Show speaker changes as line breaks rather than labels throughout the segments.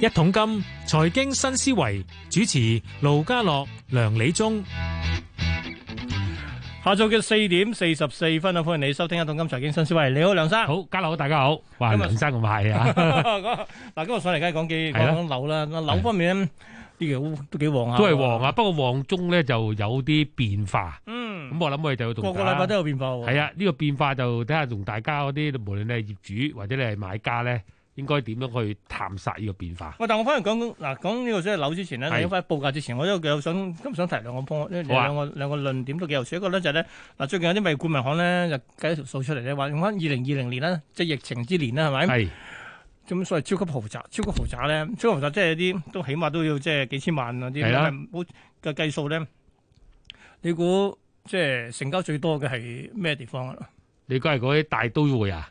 一桶金財經新思維主持盧家樂、梁理中。
下晝嘅四點四十四分啊，歡迎你收聽《一桶金財經新思維》。你好，梁生。
好，家樂好，大家好。哇，
今日
梁生咁客氣啊！
嗱，今日上嚟梗係講幾
係啦
講樓啦。樓方面咧，呢個都幾旺下。
都係旺啊，。不過旺中咧就有啲變化。
嗯
咁，我諗我哋就要同
個個
大
禮
家
拜都有變化喎。
係啊，呢個變化就睇下同大家嗰啲，無論你係業主或者你係買家咧，應該點樣去探索呢個變化？
喂，但我反而講嗱，講呢個即係樓之前咧，
係
你翻報價之前，我都有想今日想提兩個 point，呢
好啊
兩個兩個論點都幾有趣。一個咧就係咧，嗱最近有啲咪顧問行咧就計咗條數出嚟咧，話用翻二零二零年啦，即係疫情之年啦，係咪？
係
咁所謂超級豪宅，超級豪宅咧，超級豪宅即係啲都起碼都要即係幾千萬嗰啲
係啦
好嘅計數咧。你估即係成交最多嘅係咩地方啊？
你梗係嗰啲大都 會啊，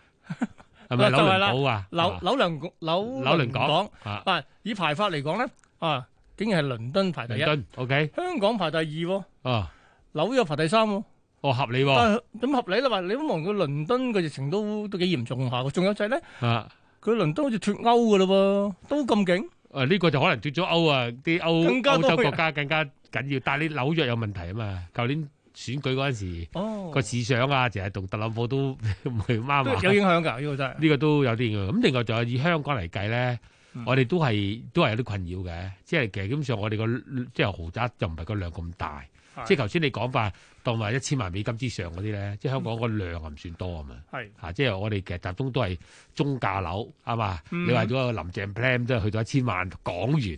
係咪
就
紐
係啦
倫堡啊？
紐紐倫港紐
紐倫
倫
港
港
啊，
啊，以排法嚟講咧啊，竟然係倫敦排第一
倫，敦，OK，
香港排第二喎。
哦，
紐約排第三喎，
哦合理喎，
但係咁合理啦嘛？你都望佢倫敦個疫情都都幾嚴重下喎，仲有就係咧，
啊。
佢倫敦好似脱歐噶咯喎，都咁勁，
誒呢個就可能脱咗歐啊，啲歐
更加
歐
多
洲
人
國家更加緊要。但係你紐約有問題啊嘛，舊年選舉嗰陣時
哦
個市長啊，成日同特朗普都 唔係咁
都
啱
有
啊。
影響㗎，呢個真係。
呢個都有啲影響。咁另外仲有以香港嚟計咧，
嗯
我哋都係都係有啲困擾嘅，即係其實基本上我哋個即係豪宅就唔係個量咁大。
係
即係頭先你講法當埋一千萬美金之上嗰啲咧，即係香港個量啊唔算多啊嘛。
係
啊，即係我哋其實集中都係中價樓，啱嘛？
嗯
你話咗個林鄭 plan 都係去到一千萬港元，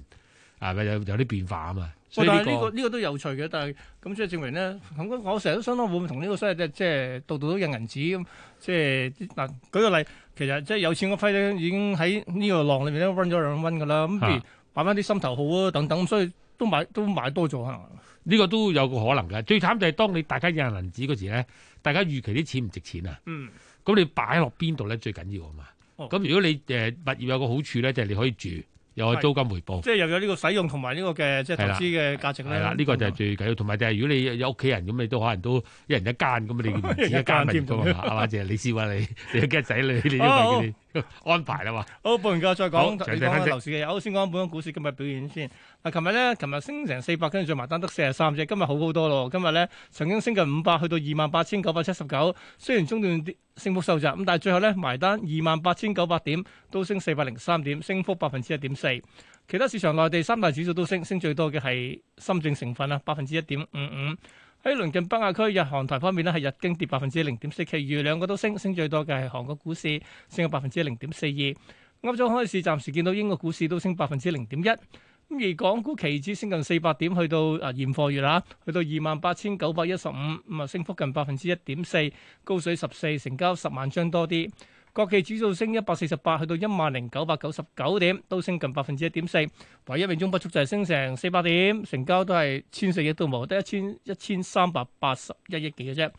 啊咪有有啲變化啊嘛？所
喂
以
哦但係
呢、
呢個
個
呢個都有趣嘅，但係咁即係證明咧，咁我成日都相當會唔會同呢個所謂嘅即係度度都印銀紙咁，即係嗱舉個例，其實即係有錢嗰批咧已經喺呢個浪裏面咧温咗兩温㗎啦，咁譬如
啊
買翻啲心頭好啊等等，所以都買都買多咗可能。
呢個都有個可能嘅。最慘就係當你大家印銀紙嗰時咧，大家預期啲錢唔值錢啊，
嗯，
咁你擺落邊度咧最緊要啊嘛。
哦
咁、如果你誒、呃物業有個好處咧，就係、你可以住，又有
係
租金回報。
即係又有呢個使用同埋呢個嘅即係投
係啦
資嘅價值咧。
係啦，呢、個
啊
就係最緊要，同埋就係如果你有屋企人咁，你都可能都一人一間咁，你唔止
一人一
一間物
間
業
添
噶嘛，
仲要
係嘛？就係你試下你你有幾個仔女，你
哦
都
好
為佢哋安排啦嘛。
好，報完價再
好
講，
詳細
你講
分
下
析
樓市嘅嘢。好，先講本港股市今日表現先。嗱，琴日咧，琴日升成四百，跟住再埋單得四十三隻，今日好好多咯。今日咧，曾經升近五百，去到二萬八千九百七十九，雖然中段跌升幅收窄，咁但係最後咧埋單二萬八千九百點，都升四百零三點，升幅百分之一點四。其他市場內地三大指數都升，升最多嘅係深證成分啦，百分之一點五五。喺鄰近北亞區，日韓台方面咧係日經跌百分之零點四，其餘兩個都升，升最多嘅係韓國股市，升咗百分之零點四二。歐洲開市暫時見到英國股市都升百分之零點一，咁而港股期指升近四百點，去到啊現貨月啦，去到二萬八千九百一十五，咁啊升幅近百分之一點四，高水十四，成交十萬張多啲。國企指數升一百四十八，去到一萬零九百九十九點，都升近百分之一點四。唯一命中不足就係升成四百點，成交都係千四億都冇，得一千一千三百八十一億幾嘅啫。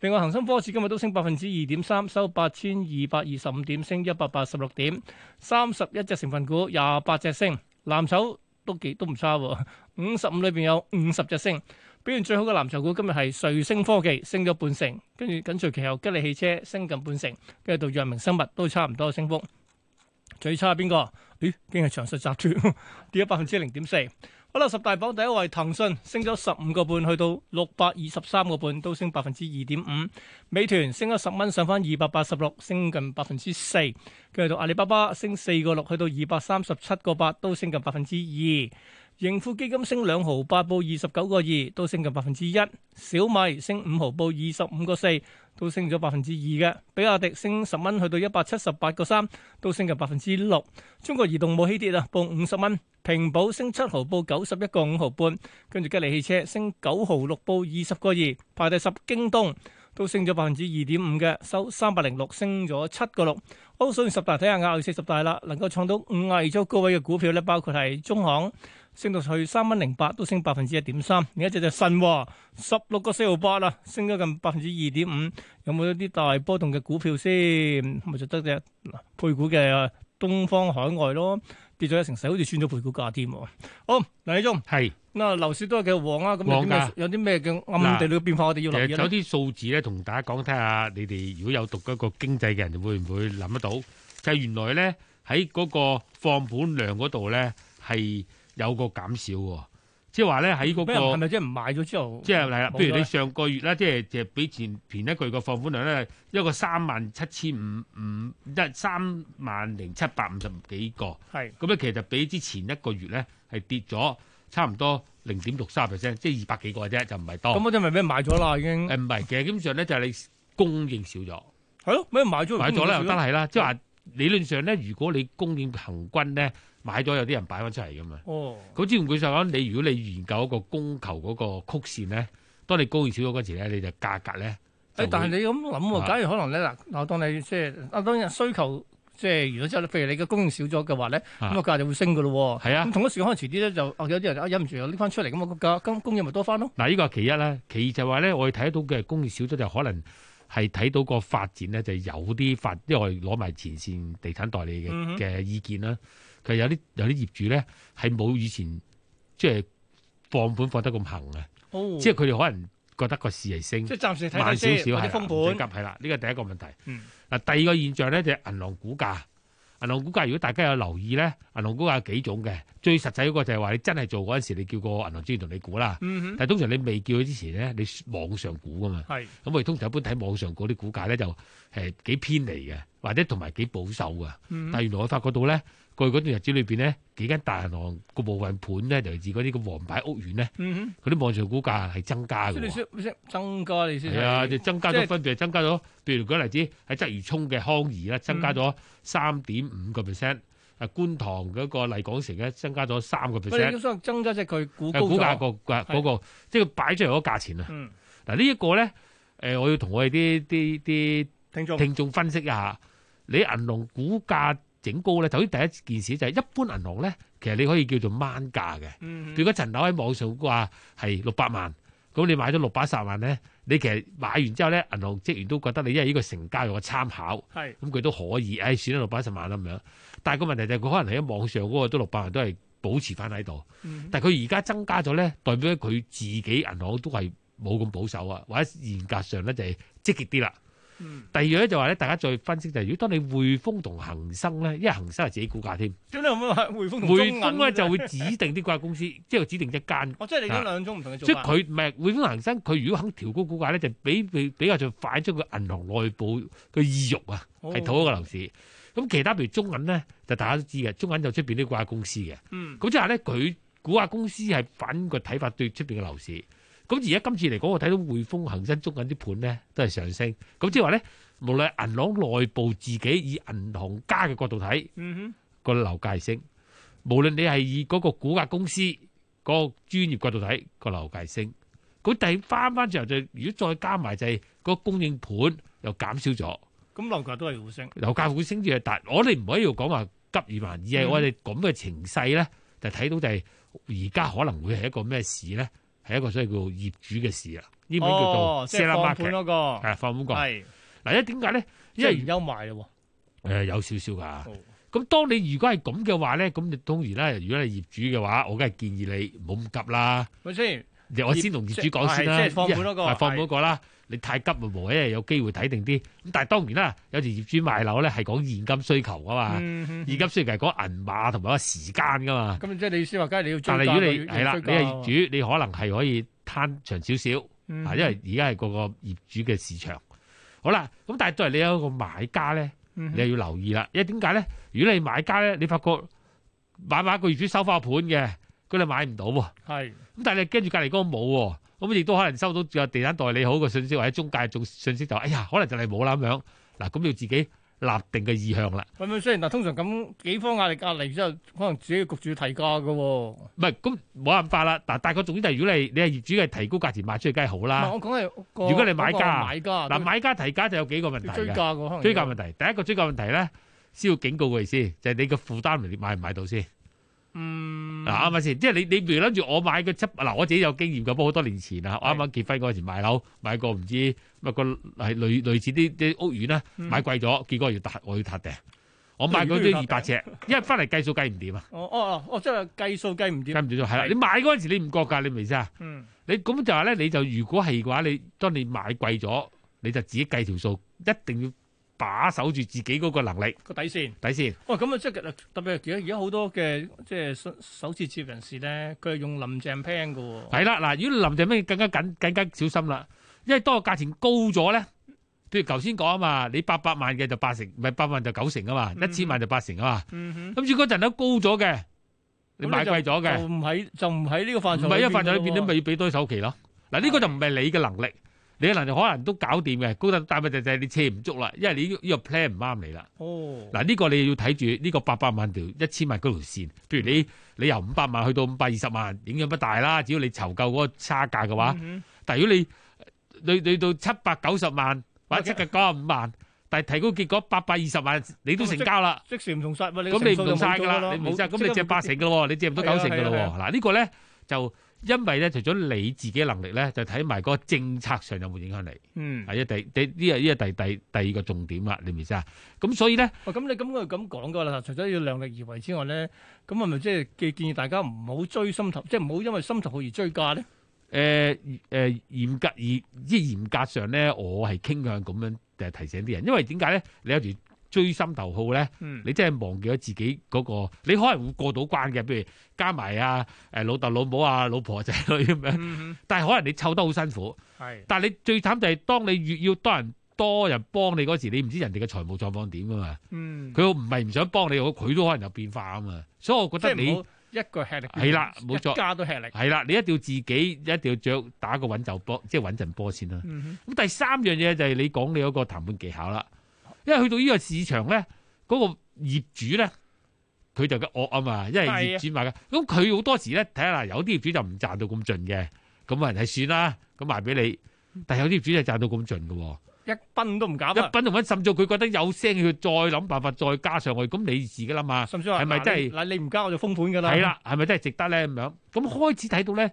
另外，恒生科指今日都升百分之二點三，收八千二百二十五點，升一百八十六點。三十一隻成分股，廿八隻升，藍籌都幾都唔差喎。五十五裏邊有五十隻升，表現最好嘅藍籌股今日係瑞聲科技升咗半成，跟住緊隨其後吉利汽車升近半成，跟住到藥明生物都差唔多升幅。最差係邊個？咦，竟然係長實集團 跌咗百分之零點四。好啦，十大榜第一位騰訊升咗十五個半，去到六百二十三個半，都升百分之二點五。美團升咗十蚊，上返二百八十六，升近百分之四。跟住到阿里巴巴升四個六，去到二百三十七個八，都升近百分之二。盈富基金升兩毫八，報二十九個二，都升近百分之一。小米升五毫，報二十五個四，都升咗百分之二嘅。比亞迪升十蚊，去到一百七十八個三，都升近百分之六。中國移動冇起跌啊，報五十蚊。平保升七毫，報九十一個五毫半。跟住吉利汽車升九毫六，報二十個二，排第十。京東都升咗百分之二點五嘅，收三百零六，升咗七個六。好，數完十大睇下亞四十大啦，能夠創到五廿二周高位嘅股票咧，包括係中行升到去三蚊零八，都升百分之一點三。另一隻就信和十六個四毫八啦，升咗近百分之二點五。有冇一啲大波動嘅股票先？咪就得只配股嘅東方海外咯，跌咗一成四，好似穿咗配股價添喎。好，梁理中，
係。
嗱樓市都係繼續旺啊，咁有啲
旺㗎
咩有啲咩嘅暗地裏嘅變化，我哋要
其
留
實
意
有
咧。
啲數字咧，同大家講睇下，你哋如果有讀一個經濟嘅人，會唔會諗得到？就係原來咧，喺嗰個放盤量嗰度咧係有個減少喎，即係話咧喺嗰
咩人係
個。
咪即係唔買咗之後？
即係嚟啦，
冇
譬如
咗
你
咧
上個月啦，即係就比前前一個月嘅放款量咧，一個三萬七千五五一三萬零七百五十幾個，
係
咁咧其實比之前一個月咧係跌咗差唔多零點六三 percent，即係二百幾個啫，就唔係多。
咁嗰啲咪俾人買咗啦已經。
呃誒唔係嘅，基本上咧就係你供應少咗，
係咯，俾人買咗
買咗啦又得
啦。
係啦，即係話理論上咧，如果你供應行均咧，買咗有啲人擺翻出嚟噶嘛。
哦，
咁之前佢就講，你如果你研究一個供求嗰個曲線咧，當你供應少咗嗰時咧，你就價格咧。
誒，但係
你
你咁諗喎，
啊
假如可能咧嗱，我當你即係啊，當然需求即係如果之後，譬如你嘅供應少咗嘅話咧，
啊
咁個價就會升嘅咯喎。
係啊
咁同一時間可能遲啲咧就啊有啲人啊忍唔住又拎翻出嚟，咁個價咁供應咪多翻咯。
嗱，呢個係其一啦，其二就係話咧，我哋睇到嘅供應少咗，就可能係睇到個發展咧，就有啲發，因為我哋攞埋前線地產代理
嗯哼
嘅嘅意見啦。其實有啲有啲業主咧係冇以前即係放盤放得咁行啊，
哦，
即係佢哋可能覺得個市係升
即係暫時睇睇
慢少
先嗰
少係
啲
啦，唔使
封
急
盤。
係啦，呢個第一個問題。
嗯
嗱，第二個現象咧就係銀行股價。銀行股價如果大家有留意咧，銀行股價有幾種嘅，最實際嗰個就係話你真係做嗰陣時，你叫個銀行專員同你估啦。
嗯
但係通常你未叫佢之前咧，你網上估噶嘛。
哼，係
咁我哋通常一般睇網上股啲股價咧就誒幾偏離嘅，或者同埋幾保守嘅。
嗯
但係原來我發覺到咧，過去嗰段日子裏邊咧，幾間大銀行個部分盤咧，尤其是嗰啲個黃牌屋苑咧，
嗯
佢啲網上股價係增加
哼，即係你
嘅喎。
先先增加你先
係啊，就增加
即
咗
係
分別，增加咗。譬如舉例子，喺鰂魚涌嘅康怡啦，增加咗三點五個 percent；啊，觀塘嗰個麗港城咧，增加咗三個
喂你
percent。
想增加即係佢股高
誒股
咗。
價個價嗰個，即係佢擺出嚟嗰個價錢啊！
嗯，
嗱，呢一個咧，誒，我要同我哋啲啲
聽
啲
眾
聽眾分析一下，你銀行股價整高咧，首先第一件事就係一般銀行咧，其實你可以叫做掹價嘅。
嗯
譬如嗰層樓喺網上話係六百萬，咁你買咗六百十萬咧，你其實買完之後咧，銀行職員都覺得你因為呢個成交有個參考，
係
咁佢都可以，唉、算啦，六百十萬啦咁樣。但係個問題就係佢可能喺網上嗰個都六百萬都係保持翻喺度，
嗯
但係佢而家增加咗咧，代表佢自己銀行都係冇咁保守啊，或者嚴格上咧就係積極啲啦。
嗯，
第二樣咧就話咧，大家再分析就係、如果當你匯豐同恒生咧，因為恒生係自己股價添，
點解咁啊？匯豐同中
匯
銀
豐咧就會指定啲股價公司，即係指定一間
我即係你咗兩種唔同嘅做
啊即
法。
係佢唔係匯豐恒生，佢如果肯調高股價咧，就比比比較就快將佢銀行內部嘅意欲啊，
哦
係討一個樓市。咁其他譬如中銀咧，就大家都知嘅，中銀就出邊啲股價公司嘅。
嗯
咁即係咧，佢股價公司係反映個睇法對出邊嘅樓市。咁而家今次嚟講，我睇到匯豐、恒生、中銀啲盤咧都係上升。咁即係話咧，無論係銀行內部自己以銀行家嘅角度睇，
嗯哼。
個樓價係升，無論你係以嗰個股價公司嗰個專業角度睇，個樓價係升。咁第翻翻之後就，如果再加埋就係個供應盤又減少咗，
咁樓價都係會升。
樓價會升住係大。我哋唔可以講話急與慢，而係
嗯
我哋咁嘅情勢咧，就睇到就係而家可能會係一個咩市咧，係一個所謂叫做業主嘅市啦，英文叫
哦
做，
即係
seller
放盤
market，
嗰個，
係啊放盤講。
係
嗱，因為點解咧？
因
因
為
為
唔憂賣咯
誒、有少少㗎。
喎。
咁當你如果係咁嘅話咧，咁你當然啦。如果你業主嘅話，我梗係建議你唔好咁急啦。
咪先，
我先同業主講先啦，
即係放盤嗰個
因為
係
放盤嗰個啦。你太急咪無謂，有機會睇定啲。咁但係當然啦，有時業主賣樓咧係講現金需求噶嘛，
嗯
現金需求係講銀碼同埋個時間噶嘛。
咁即係你意思話，梗係你要追
但係
價
如果你
要
係啦，
要
你
追價
係業主，你可能係可以攤長少少，
嗯
啊，因為而家係個個業主嘅市場。好啦，咁但係作為你有一個買家咧。
嗯
你又要留意啦。因為點解咧？如果你買家咧，你發覺買買個業主收翻個盤嘅，佢哋買唔到喎。
係
咁但係你跟住隔離嗰個冇喎，咁亦都可能收到有地產代理好個信息或者中介仲信息就話哎呀，可能就嚟冇啦咁樣。嗱，咁要自己立定嘅意向啦。
咁樣。雖然嗱，通常咁幾方壓力壓嚟之後，可能自己焗住要提價嘅喎。
唔係咁冇辦法啦。嗱，但係個總之就係如果你你係業主嘅提高價錢賣出去，梗係好
唔
啦
係。我講係個
如果你買家
嗰個買家
嗱，
嗱
買家提價就有幾個問題
追價
嘅。
嘅可能要
追價問題，第一個追價問題咧，先要警告佢哋先，就係、你個負擔能力買唔買到先。
嗯
嗱啊啱唔啱先？即係你你譬如諗住我買個七嗱，我自己有經驗嘅，不過好多年前啦，我啱啱結婚嗰陣時買樓，買個唔知乜個係類類似啲啲屋苑啦，
嗯
買貴咗，結果要塌我要塌訂，我買嗰
都
啲
要
二
撻
百
訂
尺，因為翻嚟計數計唔掂啊，
哦哦哦，即係計數計唔
計
掂。
唔掂就係啦。
係
你買嗰陣時你唔覺㗎，你明唔明先啊？
嗯，
你咁就話咧，你就如果係嘅話，你當你買貴咗，你就自己計條數，一定要把守住自己嗰個能力
個底線。
底線。
哇！咁啊，即係特別係而家而家好多嘅即係首首次置業人士咧，佢係用林鄭 plan 嘅喎。
係啦，嗱，如果林鄭咩更加緊更加小心啦，因為當個價錢高咗咧，譬如頭先講啊嘛，你八百萬嘅就八成，唔係八萬就九成啊嘛，
嗯
一千萬就八成啊嘛。
嗯哼，
咁如果陣都高咗嘅，你
咁
買
你
貴咗嘅
就。唔喺就唔喺呢個範疇邊㗎
唔
喎。
係一發就裏邊，你咪要俾多啲首期咯。嗱，呢個就唔係你嘅能力，你嘅能力可能都搞掂嘅，高但但係就係你車唔足啦，因為你呢呢個 plan 唔啱你啦。
哦，
嗱，呢個你要睇住呢個八百萬條一千萬嗰條線，譬如你你由五百萬去到五百二十萬，影響不大啦。只要你籌夠嗰個差價嘅話，
嗯
但係如果你你你到七百九十萬或者七百九十五萬，但係提高結果八百二十萬，你都成交啦。
哼即時唔同晒，喂
咁你唔同晒㗎
㗎
啦，你唔同晒，咁你借八。
冇
成㗎咯喎，你借唔到九成㗎咯
係
喎
啊。
嗱呢個咧就因為咧，除咗你自己能力咧，就睇埋嗰個政策上有冇影響你，
嗯，
係一第第呢個呢個第第第二個重點啦，你明唔明啊？咁所以咧，
喂咁你咁佢咁講㗎啦，除咗要量力而為之外咧，咁係咪即係建建議大家唔好追心頭，即係唔好因為心頭好而追價咧？
誒誒嚴格而即係嚴格上咧，我係傾向咁樣誒提醒啲人，因為點解咧？你有時追心頭好咧。
嗯，
你真係忘記咗自己嗰、個，你可能會過到關嘅，譬如加埋啊，誒老豆老母啊，老婆仔女咁樣，
嗯
但係可能你湊得好辛苦，
哼係
但係你最慘就係當你越要多人多人幫你嗰時，你唔知人哋嘅財務狀況點噶啊嘛？
嗯，
佢唔係唔想幫你，佢都可能有變化啊嘛。所以我
即
覺
係
得你
唔好一個吃力，
係啦冇錯
一家都吃力。
係啦，你一定要自己一定要着打個穩就波，即係穩陣波先啦。
嗯哼
咁第三樣嘢就係你講你嗰個談判技巧啦，因為去到呢個市場咧，嗰、個業主咧。佢就嘅惡啊嘛，因為業主買嘅，咁佢好多時咧睇下嗱，有啲業主就唔賺到咁盡嘅，咁啊人係算啦，咁賣俾你，但係有啲業主就賺到咁盡嘅喎。
一賓都唔減
一
啊！
品同品，甚至佢覺得有聲，佢再諗辦法再加上去。咁你自己諗下，
甚至話
係咪
嗱
真
你
係
嗱你唔加我就封盤㗎啦？
係，啦，係咪真係值得咧？咁樣咁開始睇到咧，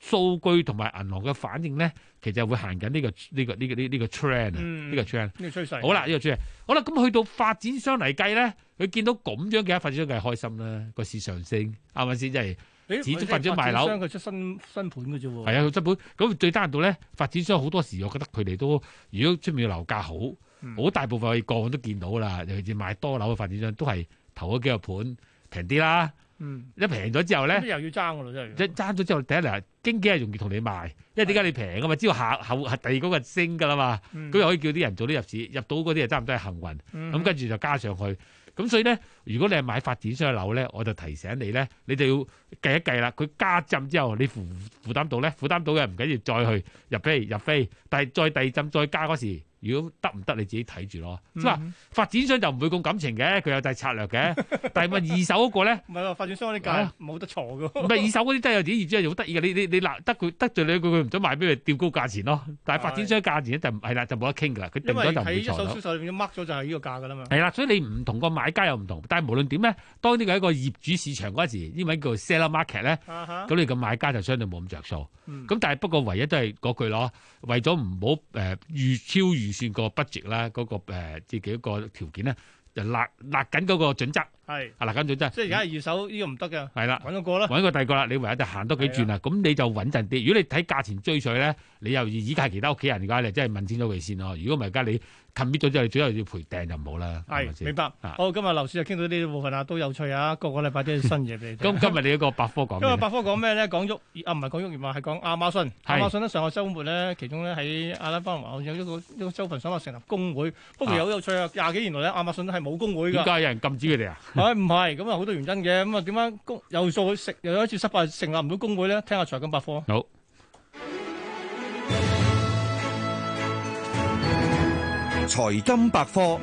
數據同埋銀行嘅反應咧，其實會行緊呢個呢個呢個呢呢個 trend 啊，
嗯
呢個 trend。
呢個趨勢。
好啦，呢個 trend。好啦，咁去到發展商嚟計咧，佢見到咁樣嘅發展商梗係開心啦，個市上升，啱唔啱先？即係
咦，
始終
即係
發展賣
發
樓
展商佢出新新盤嘅啫喎。
係啊，佢根本咁最低限度咧，發展商好多時，我覺得佢哋都如果出面嘅樓價好，好、
嗯
大部分嘅個案都見到啦。尤其是買多樓嘅發展商都係投咗幾個盤平啲啦，
嗯，
一平咗之後
咁
咧，
又要爭㗎啦，
一
真係。
爭咗之後，第一嚟經紀係容易同你賣，因為點解你平啊嘛，知道下後第二個日升㗎啦嘛，
嗯
咁又可以叫啲人早啲入市，入到嗰啲就差唔多係幸運，
嗯
咁跟住就加上去。咁所以咧，如果你係買發展商嘅樓咧，我就提醒你咧，你就要計一計啦。佢加浸之後，你負負擔到咧，負擔到嘅唔緊要，再去入飛入飛。但係再第二浸再加嗰時，如果得唔得你自己睇住咯。即係話
嗯
發展商就唔會咁感情嘅，佢有第策 略嘅。但係問二手嗰個咧，
唔係喎，發展商啲
啊
價冇得錯嘅。
唔係二手嗰啲真係有啲業主係好得意嘅，你你你鬧得佢得罪你，佢佢唔想賣俾你，調高價錢咯。但係發展商價錢咧就唔係啦，就冇得傾㗎啦，佢定
因為
咗就唔
喺
會
一
錯
手
咯
銷。售裏面 mark 咗就係呢個價㗎啦嘛。
係啦，所以你唔同個買家又唔同，但係無論點咧，當呢個係一個業主市場嗰陣時，英文叫 seller market 咧，
啊哈，
咁你個買家就相對冇咁着數。
嗯
咁但係不過唯一都係嗰句咯，為咗唔好誒預超預算個 budget 啦，嗰、個誒、呃自己個條件咧，就勒勒緊嗰個準則，啊
係，
勒緊準則。
即係而家係二手呢個唔得嘅，
係 啦，
揾咗個啦。
揾個第二個啦，你唯一就行多幾轉
啊
啦，咁你就穩陣啲。如果你睇價錢追水咧，你又要依靠其他屋企人嘅話，你真係問清楚佢先咯。如果唔係，而家你 commit 咗之後，你最後要賠訂就唔好啦，係
係，
咪先
明？白。
啊
好，今日樓市就傾到呢啲部分啦，都有趣啊！個個禮拜都有新嘢俾你聽。
咁今日你嗰個百科講
因為
咩呢？
百科講咩咧？講喐啊，唔係講喐而話係講亞馬遜。亞
係
馬遜咧上個週末咧，其中咧喺阿拉巴馬有一個一個州份想話成立工會，不過
啊
有有趣啊！廿幾年來咧，亞馬遜都係冇工會
點
㗎。
解有人禁止佢哋啊？
唉，唔係咁啊，好多原因嘅。咁啊，點解工又數食又有一次失敗，成立唔到工會咧？聽下財金百科。
好。
財金百科，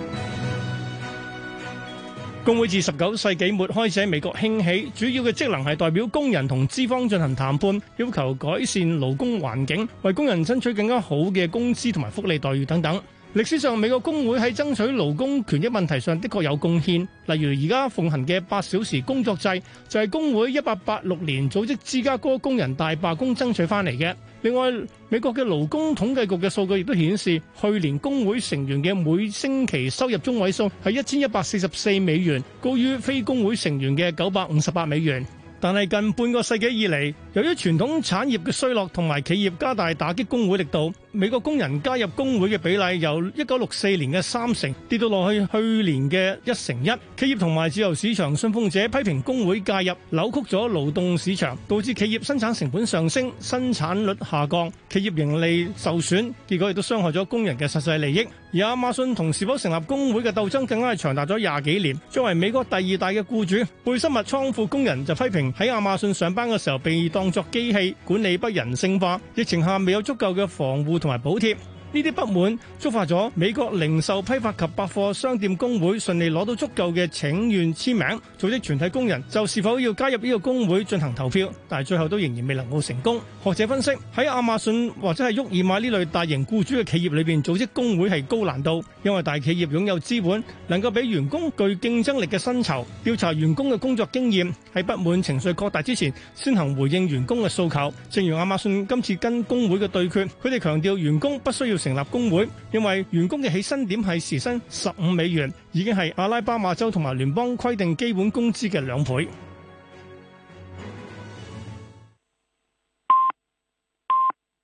工會自十九世紀末開始喺美國興起，主要嘅職能係代表工人同資方進行談判，要求改善勞工環境，為工人爭取更加好嘅工資同埋福利待遇等等。歷史上，美國工會喺爭取勞工權益問題上的確有貢獻，例如而家奉行嘅八小時工作制，就係工會一八八六年組織芝加哥工人大罷工爭取翻嚟嘅。另外，美國嘅勞工統計局嘅數據亦都顯示，去年工會成員嘅每星期收入中位數係一千一百四十四美元，高於非工會成員嘅九百五十八美元。但係近半個世紀以嚟，由於傳統產業嘅衰落同埋企業加大打擊工會力度，美國工人加入工會嘅比例由一九六四年嘅三成跌到落去去年嘅一成一。企業同埋自由市場信奉者批評工會介入扭曲咗勞動市場，導致企業生產成本上升、生產率下降、企業盈利受損，結果亦都傷害咗工人嘅實際利益。而亞馬遜同是否成立工會嘅鬥爭更加係長達咗廿幾年。作為美國第二大嘅僱主，貝森密倉庫工人就批評喺亞馬遜上班嘅時候被當作機器，管理不人性化。疫情下未有足夠嘅防護同埋補貼。呢啲不滿觸發咗美國零售批發及百貨商店工會順利攞到足夠嘅請願簽名，組織全體工人就是否要加入呢個工會進行投票，但係最後都仍然未能夠成功。學者分析喺亞馬遜或者係沃爾瑪呢類大型僱主嘅企業裏邊組織工會係高難度，因為大企業擁有資本，能夠俾員工具競爭力嘅薪酬，調查員工嘅工作經驗，喺不滿情緒擴大之前先行回應員工嘅訴求。正如亞馬遜今次跟工會嘅對決，佢哋強調員工不需要成立工會，因為員工嘅起薪點係時薪十五美元，已經係阿拉巴馬州同埋聯邦規定基本工資嘅兩倍。